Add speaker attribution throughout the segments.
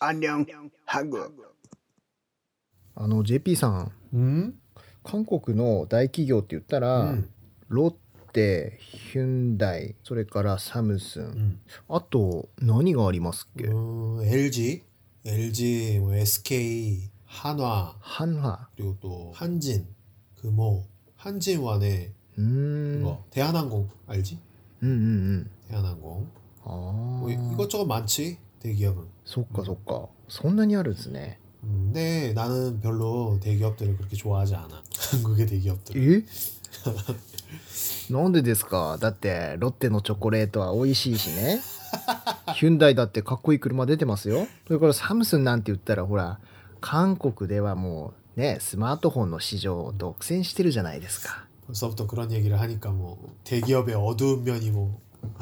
Speaker 1: 안녕 한국
Speaker 2: あの JP さん
Speaker 3: うん
Speaker 2: 韓国の大企業って言ったら、
Speaker 3: うん
Speaker 2: ロッテヒュンダイそれからサムスン、
Speaker 3: うん
Speaker 2: あと何がありますっけ、
Speaker 3: 음, LG, LG, 뭐 SK, 한화
Speaker 2: ハンハ
Speaker 3: 그리고 또 한진, 금호, 한진원의
Speaker 2: うーん
Speaker 3: 그거 대한항공 알지?
Speaker 2: うんうんうん
Speaker 3: 대한항공 뭐
Speaker 2: ああ
Speaker 3: 이것저것 많지 대기업은.
Speaker 2: そっかそっかそんなにあるんですね
Speaker 3: 음, 근데 나는 별로 대기업들을 그렇게 좋아하지 않아. 한국의 대기업들.
Speaker 2: え なんでですかだってロッテのチョコレートは美味しいし ねヒュンダイだってかっこいい車出てますよそれからサムスンなんて言ったらほら韓国ではもうねスマートフォンの市場を独占してるじゃないですか
Speaker 3: 벌써부터 그런 얘기를 하니까 뭐 대기업의 어두운 면이 뭐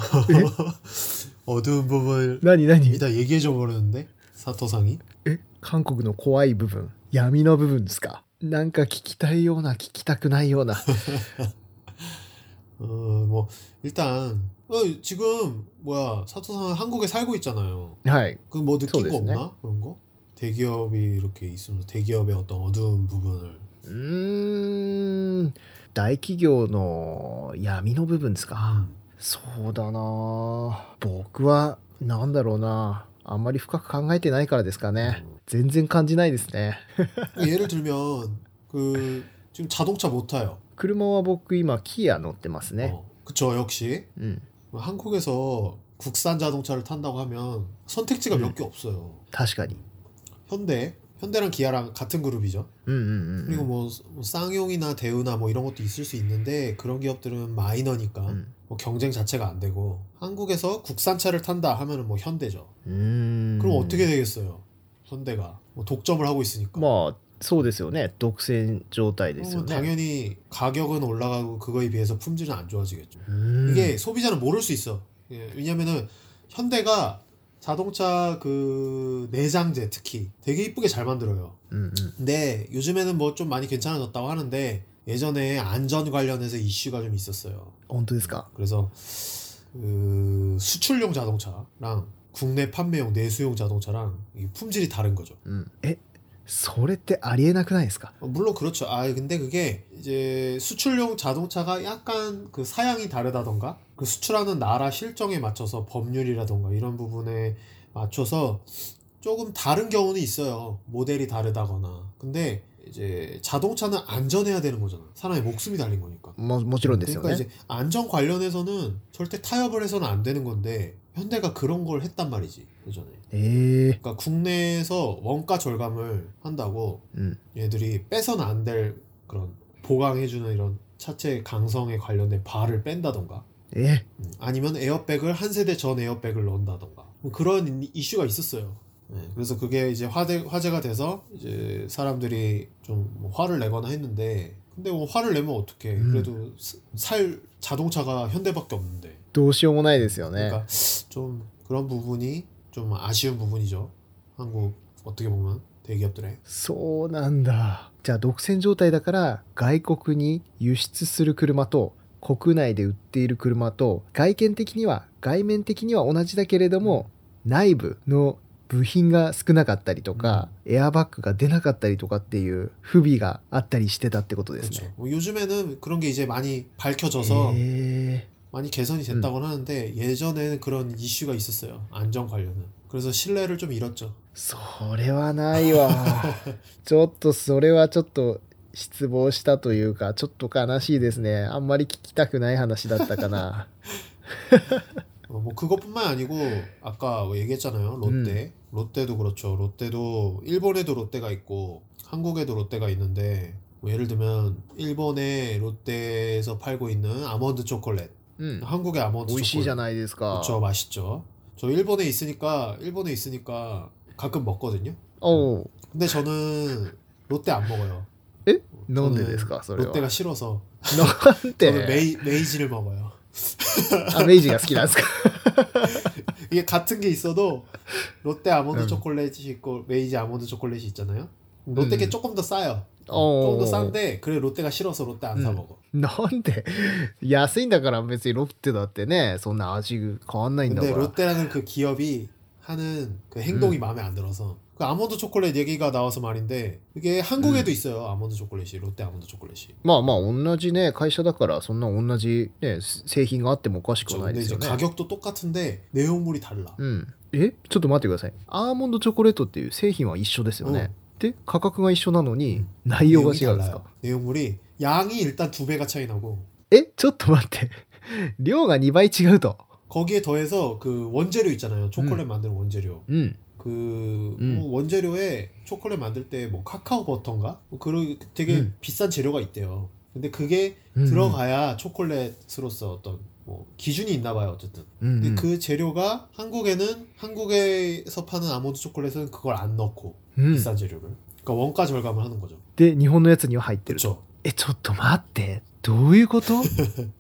Speaker 3: 어두운 부분을
Speaker 2: 何
Speaker 3: 이미
Speaker 2: 何
Speaker 3: 다 얘기해 줘 버렸는데 사토상이.
Speaker 2: え韓国の怖い部分闇の部分ですかなんか聞きたいような聞きたくないよう な
Speaker 3: 어, 뭐 일단 어, 지금 뭐야 사토상 한국에 살고 있잖아요.
Speaker 2: はい
Speaker 3: 그 뭐 느낀 거
Speaker 2: 그렇습니다.
Speaker 3: 없나 그런 거? 대기업이 이렇게 있으면 대기업의 어떤 어두운 부분을
Speaker 2: うーん大企業の闇の部分ですか、
Speaker 3: 음.
Speaker 2: そうだなあ僕はなんだろうなあんまり深く考えてないからですかね全然感じないですね
Speaker 3: 그 예를 들면 그 지금 자동차 못 타요.
Speaker 2: 車は僕今キア乗ってますね
Speaker 3: 어, 그쵸 역시
Speaker 2: うん、
Speaker 3: 한국에서 국산 자동차를 탄다고 하면 선택지가 몇 개 없어요.
Speaker 2: 確かに
Speaker 3: 현대, 현대랑 기아랑 같은 그룹이죠.
Speaker 2: うんうんうん
Speaker 3: 그리고 뭐 쌍용이나 대우나 뭐 이런 것도 있을 수 있는데 그런 기업들은 마이너니까
Speaker 2: うん
Speaker 3: 뭐 경쟁 자체가 안 되고 한국에서 국산차를 탄다 하면은 뭐 현대죠.
Speaker 2: うーん
Speaker 3: 그럼 어떻게 되겠어요? 현대가 뭐 독점을 하고 있으니까.
Speaker 2: まあそうですよね独占状態ですよね
Speaker 3: 그러면 당연히 가격은 올라가고 그거에 비해서 품질은 안 좋아지겠죠.
Speaker 2: うーん
Speaker 3: 이게 소비자는 모를 수 있어. 예, 왜냐면은 현대가 자동차 그 내장재 특히 되게 이쁘게 잘 만들어요.
Speaker 2: うんうん、
Speaker 3: 근데 요즘에는 뭐 좀 많이 괜찮아졌다고 하는데 예전에 안전 관련해서 이슈가 좀 있었어요.
Speaker 2: 本当ですか
Speaker 3: 그래서 그 수출용 자동차랑 국내 판매용 내수용 자동차랑 이 품질이 다른 거죠.
Speaker 2: うんえそれってありえなくないですか
Speaker 3: 어, 물론 그렇죠. 아 근데 그게 이제 수출용 자동차가 약간 그 사양이 다르다던가 그 수출하는 나라 실정에 맞춰서 법률이라던가 이런 부분에 맞춰서 조금 다른 경우는 있어요. 모델이 다르다거나. 근데 이제 자동차는 안전해야 되는 거잖아. 사람의 목숨이 달린 거니까.
Speaker 2: ももちろんですよ
Speaker 3: 그러니까
Speaker 2: ね
Speaker 3: 이제 안전 관련해서는 절대 타협을 해서는 안 되는 건데 현대가 그런 걸 했단 말이지 예전에.
Speaker 2: ええ
Speaker 3: 그러니까 국내에서 원가 절감을 한다고
Speaker 2: うん、
Speaker 3: 얘들이 빼서는 안 될 그런 보강해주는 이런 차체 강성에 관련된 바를 뺀다던가
Speaker 2: え
Speaker 3: 음, 아니면 에어백을 한 세대 전 에어백을 넣는다던가 뭐 그런 이- 이슈가 있었어요. 네, 그래서 그게 이제 화제, 화제가 돼서 이제 사람들이 좀뭐 화를 내거나 했는데 근데 뭐 화를 내면 어떡해
Speaker 2: 음.
Speaker 3: 그래도 스- 살 자동차가 현대밖에 없는데
Speaker 2: どうしようもないですよね
Speaker 3: 그러니까 좀 그런 부분이 좀 아쉬운 부분이죠 한국 어떻게 보면 대기업들의
Speaker 2: 네. そうなんだ。じゃあ独占状態だから外国に輸出する車と国内で売っている車と外見的には外面的には同じだけれども内部の部品が少なかったりとか、エアバッグが出なかったりとかっていう不備があったりしてたってことです
Speaker 3: 그렇죠.
Speaker 2: ね。
Speaker 3: 뭐 요즘에는 그런 게 이제 많이 밝혀져서
Speaker 2: 예. へ
Speaker 3: 많이 개선이 됐다고는 하는데 예전에는 그런 이슈가 있었어요. 안전 관련은. 그래서 신뢰를 좀 잃었죠.
Speaker 2: ーそれはないわ。ちょっとそれはちょっと失望したというかちょっと悲しいですね。あんまり聞きたくない話だったかな。
Speaker 3: 어, 뭐 그것뿐만 아니고 아까 뭐 얘기했잖아요. 롯데. 롯데도 그렇죠. 롯데도 일본에도 롯데가 있고 한국에도 롯데가 있는데 뭐 예를 들면 일본의 롯데에서 팔고 있는 아몬드 초콜릿,
Speaker 2: うん。
Speaker 3: 한국의 아몬드
Speaker 2: 美味しいじゃ
Speaker 3: 초콜릿.
Speaker 2: ないですか。
Speaker 3: 그렇죠. 맛있죠. 저 일본에 있으니까 일본에 있으니까 가끔 먹거든요.
Speaker 2: おう
Speaker 3: 근데 저는 롯데 안 먹어요.
Speaker 2: なんでですかそれは。
Speaker 3: 롯데가 싫어서
Speaker 2: なん
Speaker 3: 저는
Speaker 2: で
Speaker 3: 메이, 메이지를 먹어요.
Speaker 2: アメイジが好きなんですか
Speaker 3: 이게 같은 게 있어도 롯데 아몬드
Speaker 2: 음.
Speaker 3: 초콜릿이 있고 메이지 아몬드 초콜릿이 있잖아요. 롯데 게
Speaker 2: 음.
Speaker 3: 조금 더 싸요.
Speaker 2: 어.
Speaker 3: 조금 더 싼데 그래 롯데가 싫어서 롯데 안 사
Speaker 2: 음.
Speaker 3: 먹어.
Speaker 2: なんで安いんだから別にロッテだってねそんな味変わんないんだか
Speaker 3: 근데
Speaker 2: ら
Speaker 3: 롯데라는 그 기업이 하는 그 행동이 마음에 안 들어서 그 아몬드 초콜릿 얘기가 나와서 말인데 그게 한국에도
Speaker 2: 음.
Speaker 3: 있어요 아몬드 초콜릿이 롯데 아몬드 초콜릿이
Speaker 2: まあまあ同じね会社だからそんな同じ、ね、製品があってもおかしくはない
Speaker 3: 근데
Speaker 2: ですよ
Speaker 3: 이제
Speaker 2: ね
Speaker 3: 가격도 똑같은데 내용물이 달라
Speaker 2: うんえちょっと待ってくださいアーモンドチョコレートっていう製品は一緒ですよね、で価格が一緒なのに内容が
Speaker 3: 내용이
Speaker 2: 違うんですか
Speaker 3: 달라요 내용물이 양이 일단 두 배가 차이 나고
Speaker 2: えちょっと待って 量が2倍違うと
Speaker 3: 거기에 더해서 그 원재료 있잖아요 초콜릿 만드는 원재료
Speaker 2: うん
Speaker 3: 그
Speaker 2: 음.
Speaker 3: 뭐 원재료에 초콜릿 만들 때 뭐 카카오 버터인가 뭐 그런 되게
Speaker 2: 음.
Speaker 3: 비싼 재료가 있대요 근데 그게
Speaker 2: うんうん
Speaker 3: 들어가야 초콜릿으로서 어떤 뭐 기준이 있나 봐요 어쨌든
Speaker 2: うんう
Speaker 3: 근데
Speaker 2: ん
Speaker 3: 그 재료가 한국에는 한국에서 파는 아몬드 초콜릿은 그걸 안 넣고
Speaker 2: うん、
Speaker 3: 비싼 재료를 그러니까 원가 절감을 하는 거죠
Speaker 2: で日本のやつには入ってると
Speaker 3: 그렇죠
Speaker 2: えちょっと待ってどういうこと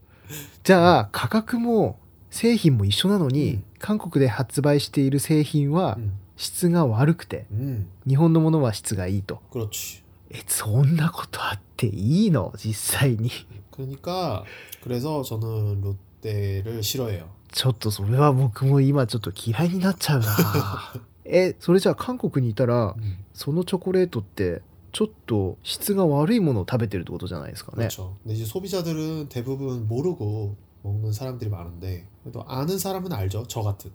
Speaker 2: じゃあ価格も製品も一緒なのに、
Speaker 3: うん
Speaker 2: 韓国で発売している製品は
Speaker 3: 음,
Speaker 2: 質が悪くて
Speaker 3: 음
Speaker 2: 日本のものは質がいいと
Speaker 3: 그렇지
Speaker 2: えそんなことあっていいの実際に
Speaker 3: 그러니까 그래서 저는 롯데를 싫어해요
Speaker 2: ちょっとそれは僕も今ちょっと嫌いになっちゃう なえそれじゃあ韓国にいたら
Speaker 3: 음,
Speaker 2: そのチョコレートってちょっと質が悪いものを食べてるってことじゃないですかね
Speaker 3: 그렇죠 근데 이제 소비자들은 대부분 모르고 먹는 사람들이 많은데 그래도 아는 사람은 알죠 저 같은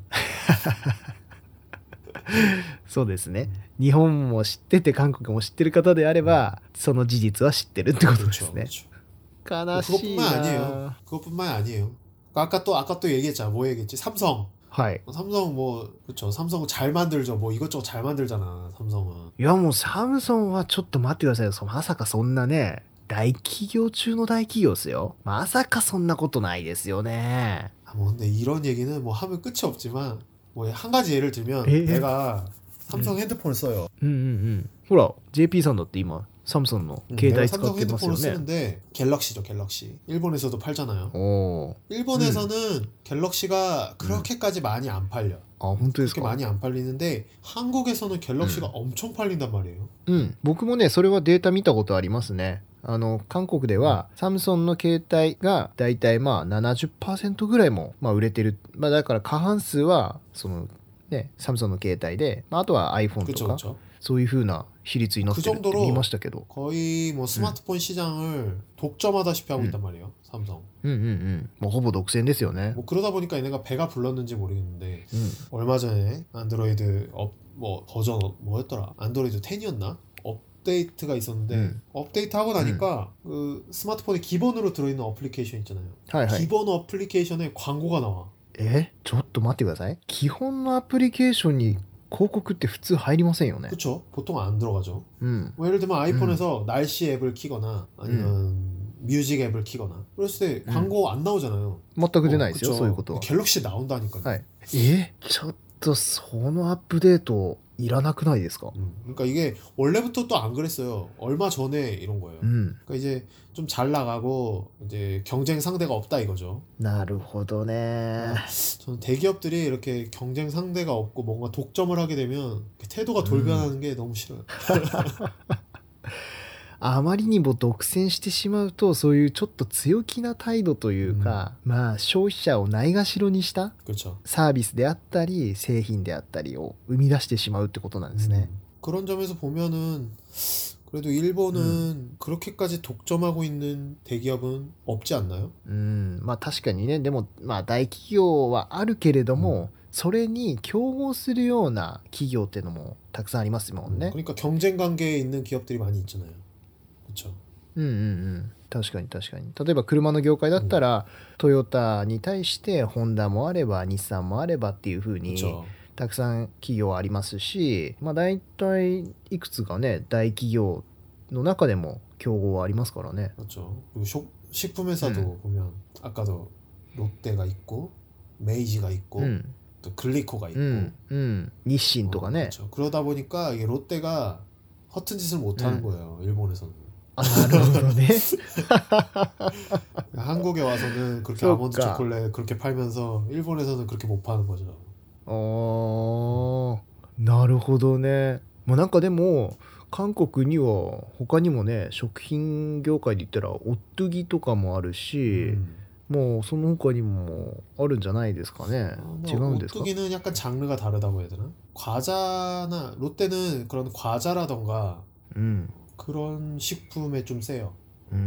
Speaker 2: そうです
Speaker 3: 네.
Speaker 2: ね日本も知ってて韓国も知ってる方であればその事実は知ってるってことですね
Speaker 3: 그렇죠
Speaker 2: 悲しい
Speaker 3: 그것뿐만
Speaker 2: な
Speaker 3: 아니에요 그것뿐만 아니에요 아까 또 아까 또 얘기했잖아 뭐 얘기했지 삼성
Speaker 2: はい
Speaker 3: 삼성 뭐 그렇죠. 삼성 잘 만들죠. 뭐 이것저것 잘 만들잖아. 삼성은.
Speaker 2: いやもうサムソンはちょっと待ってくださいよそまさかそんなね大企業中の大企業ですよまさかそんなことないですよね
Speaker 3: 아, 뭐 근데 이런 얘기는 뭐 하면 끝이 없지만 뭐 한 가지 예를 음. 들면
Speaker 2: 예, 예.
Speaker 3: 내가 삼성 핸드폰을 써요.
Speaker 2: うんうんうんほら JP さんだって今サムソンの
Speaker 3: 음,
Speaker 2: 携
Speaker 3: 내가
Speaker 2: 帯使
Speaker 3: 삼성
Speaker 2: ってますよ
Speaker 3: 핸드폰을
Speaker 2: ね
Speaker 3: 쓰는데 갤럭시죠, 갤럭시. 일본에서도 팔잖아요.
Speaker 2: おお
Speaker 3: 일본에서는 갤럭시가 그렇게까지 많이 안 팔려.
Speaker 2: ーあ本当です
Speaker 3: 그렇게
Speaker 2: か
Speaker 3: 많이 안 팔리는데 한국에서는 갤럭시가 엄청 팔린단 말이에요.
Speaker 2: うん、僕もねそれはデータ見たことありますねあの韓国ではサムソンの携帯がだいたいまあ70%ぐらいも、まあ、売れてる、まあ、だから過半数はそのねサムソンの携帯で、まあ、あとは iPhone
Speaker 3: 그렇죠,
Speaker 2: とか
Speaker 3: 그렇죠.
Speaker 2: そういう風な比率になってるっ
Speaker 3: 그
Speaker 2: て
Speaker 3: 정도로
Speaker 2: 言いましたけど
Speaker 3: 거의 뭐 스마트폰 시장을 독점하다시피 하고 있단 말이에요, 삼성.
Speaker 2: うんうんうんもうほぼ独占ですよね
Speaker 3: 뭐 그러다 보니까 얘네가 배가 불렀는지 모르겠는데
Speaker 2: うん
Speaker 3: 얼마 전에 안드로이드 업, 뭐 버전 업- 뭐였더라 안드로이드 10이었나 업데이트가 있었는데
Speaker 2: 음.
Speaker 3: 업데이트하고 나니까 그 스마트폰에 기본으로 들어있는 어플리케이션 있잖아요
Speaker 2: はいはい
Speaker 3: 기본 어플리케이션에 광고가 나와
Speaker 2: えちょっと待ってください基本のアプリケーションに広告って普通入りませんよね
Speaker 3: 그쵸 보통 안 들어가죠
Speaker 2: うん
Speaker 3: 뭐 예를 들면 아이폰에서 날씨 앱을 키거나 아니면 뮤직 앱을 키거나 그랬을 때
Speaker 2: 음.
Speaker 3: 광고 안 나오잖아요 어, 아.
Speaker 2: 全く出ないですよ、
Speaker 3: 그쵸.
Speaker 2: そういうことは
Speaker 3: 갤럭시 나온다니까요
Speaker 2: はいえちょっとそのアップデートいらなくないですか
Speaker 3: 음. 그러니까 이게 원래부터 또 안 그랬어요 얼마 전에 이런 거예요
Speaker 2: うん。
Speaker 3: 그러니까 이제 좀 잘 나가고 이제 경쟁 상대가 없다 이거죠.
Speaker 2: なるほどね。
Speaker 3: 저는 대기업들이 이렇게 경쟁 상대가 없고 뭔가 독점을 하게 되면 이렇게 태도가 돌변하는 게 너무 싫어요.
Speaker 2: あまりにも独占してしまうと、そういうちょっと強気な態度というか、まあ消費者をないがしろにした
Speaker 3: 그렇죠.
Speaker 2: サービスであったり、製品であったりを生み出してしまうってことなんですね。
Speaker 3: 음. 그런 점에서 보면은 그래도 일본은 그렇게까지 독점하고 있는 대기업은 없지 않나요?
Speaker 2: うん、まあ確かにね、でもまあ大企業はあるけれども、
Speaker 3: う
Speaker 2: それに競合するような企業っていうのもたくさんありますもんね。
Speaker 3: 그러니까 경쟁 관계에 있는 기업들이 많이 있잖아요. 그렇죠.
Speaker 2: うんうんうん確かに確かに例えば車の業界だったら、トヨタに対してホンダもあれば日産もあればっていう風に
Speaker 3: 그렇죠.
Speaker 2: たくさん企業ありますしまあ大体いくつかね大企業の中でも競合はありますからね
Speaker 3: 그렇죠. 그리고 쇼- 식품 회사도 보면 아까도 롯데가 있고 메이지가 있고
Speaker 2: うん
Speaker 3: 또 글리코가 있고
Speaker 2: うんうん日清とかね、
Speaker 3: 그러다 보니까 이게 롯데가 허튼 짓을 못 하는
Speaker 2: 음.
Speaker 3: 거예요 일본에서는
Speaker 2: あなるほどね
Speaker 3: 한국에 와서는 그렇게
Speaker 2: 그러니까.
Speaker 3: 아몬드 초콜릿 그렇게 팔면서 일본에서는 그렇게 못 파는 거죠
Speaker 2: あーなるほどねまあなんかでも韓国には他にもね食品業界で言ったらオットギとかもあるし、
Speaker 3: 음.
Speaker 2: もうその他にもあるんじゃないですかね、違うんですか
Speaker 3: 어, 오뚜기는 약간 장르가 다르다고 해야 되나? 과자나 롯데는 그런 과자라던가
Speaker 2: うん
Speaker 3: 그런 식품에 좀 세요.
Speaker 2: うんうん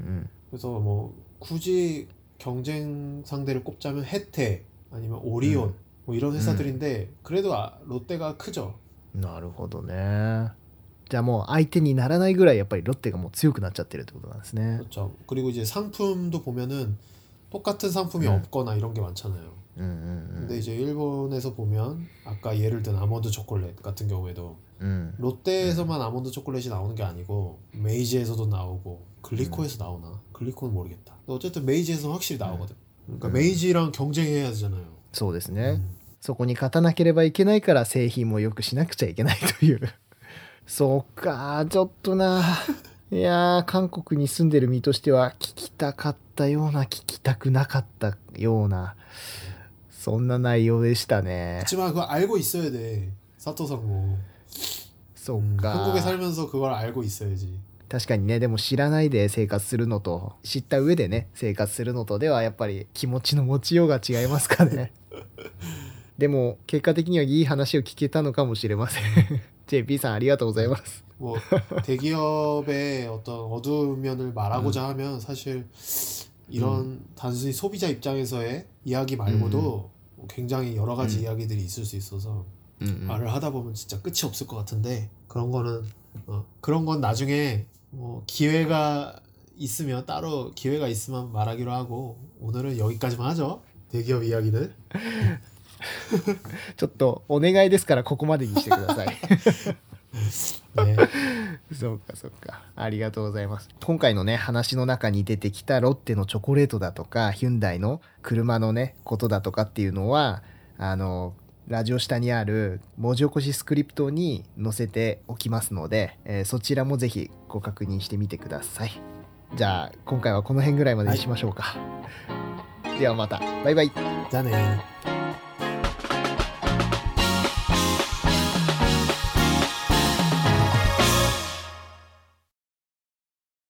Speaker 2: うん
Speaker 3: 그래서 뭐 굳이 경쟁 상대를 꼽자면 해태 아니면 오리온
Speaker 2: 음.
Speaker 3: 뭐 이런 회사들인데 그래도 아, 롯데가 크죠.
Speaker 2: うんなるほどねじゃあもう相手にならないぐらいやっぱりロッテがもう強くなっちゃってるってことなんですね
Speaker 3: 그렇죠. 그리고 이제 상품도 보면은 똑같은 상품이
Speaker 2: 음.
Speaker 3: 없거나 이런 게 많잖아요.
Speaker 2: うんうんうん
Speaker 3: 근데 이제 일본에서 보면 아까 예를 든 아몬드 초콜릿 같은 경우에도
Speaker 2: うん、
Speaker 3: 롯데에서만 아몬드 초콜릿이 나오는 게 아니고 메이지에서도 나오고 글리코에서 나오나 글리코는 모르겠다. 어쨌든 메이지에서 확실히 나오거든. 그러니까
Speaker 2: 음.
Speaker 3: 메이지랑 경쟁해야 되잖아요.
Speaker 2: そうですね、
Speaker 3: 음.
Speaker 2: そこに勝たなければいけないから製品も良くしなくちゃいけないという そうかちょっとないやー韓国に住んでる身としては聞きたかったような聞きたくなかったようなそんな内容でしたね
Speaker 3: 하지만 그거 알고 있어야 돼. 사토상 뭐
Speaker 2: そう
Speaker 3: 음,
Speaker 2: か
Speaker 3: 한국에 살면서 그걸 알고 있어야지.
Speaker 2: 確かにねでも知らないで生活するのと知った上でね生活するのとではやっぱり気持ちの持ちようが違いますからねでも結果的にはいい話を聞けたのかもしれません JP さんありがとうございます
Speaker 3: 뭐 대기업의 어떤 어두운 면을 말하고자 하면 사실 이런 단순히 소비자 입장에서의 이야기 말고도 굉장히 여러 가지
Speaker 2: 음.
Speaker 3: 이야기들이 있을 수 있어서
Speaker 2: うんうん
Speaker 3: 말을 하다 보면 진짜 끝이 없을 것 같은데 그런 거는 어, 그런 건 나중에 뭐 기회가 있으면 따로 기회가 있으면 말하기로 하고 오늘은 여기까지만 하죠 대기업 이야기는
Speaker 2: ちょっとお願いですからここまでにしてください。
Speaker 3: 네.
Speaker 2: そうかそうか。ありがとうございます。今回のね話の中に出てきたロッテのチョコレートだとかヒュンダイの車のねことだとかっていうのはあのラジオ下にある文字起こしスクリプトに載せておきますので、えーそちらもぜひご確認してみてください。じゃあ今回はこの辺ぐらいまでにしましょうか。ではまた。バイバイ。
Speaker 3: 짠해